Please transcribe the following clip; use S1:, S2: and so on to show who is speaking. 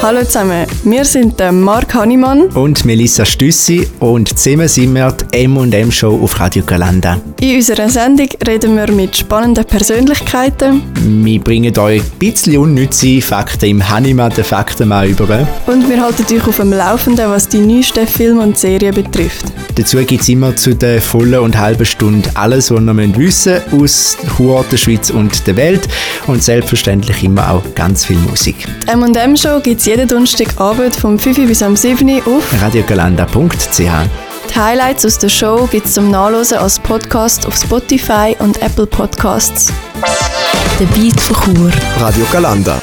S1: Hallo zusammen, wir sind der Marc Hannemann.
S2: und Melissa Stüssi und zusammen sind wir die M&M Show auf Radio Galanda.
S1: In unserer Sendung reden wir mit spannenden Persönlichkeiten
S2: Wir bringen euch ein bisschen unnütze Fakten im Hanima den Faktenmann über.
S1: und wir halten euch auf dem Laufenden, was die neuesten Filme und Serien betrifft.
S2: Dazu gibt es immer zu der vollen und halben Stunde alles, was ihr müsst wissen aus Chur, der Schweiz und der Welt und selbstverständlich immer auch ganz viel Musik.
S1: Die M&M-Show gibt es jeden Donnerstagabend vom 5 Uhr bis am 7 Uhr auf.
S2: radiogalanda.ch
S1: Die Highlights aus der Show gibt es zum Nachlesen als Podcast auf Spotify und Apple Podcasts.
S3: Der Beat von Chur.
S4: Radio Galanda.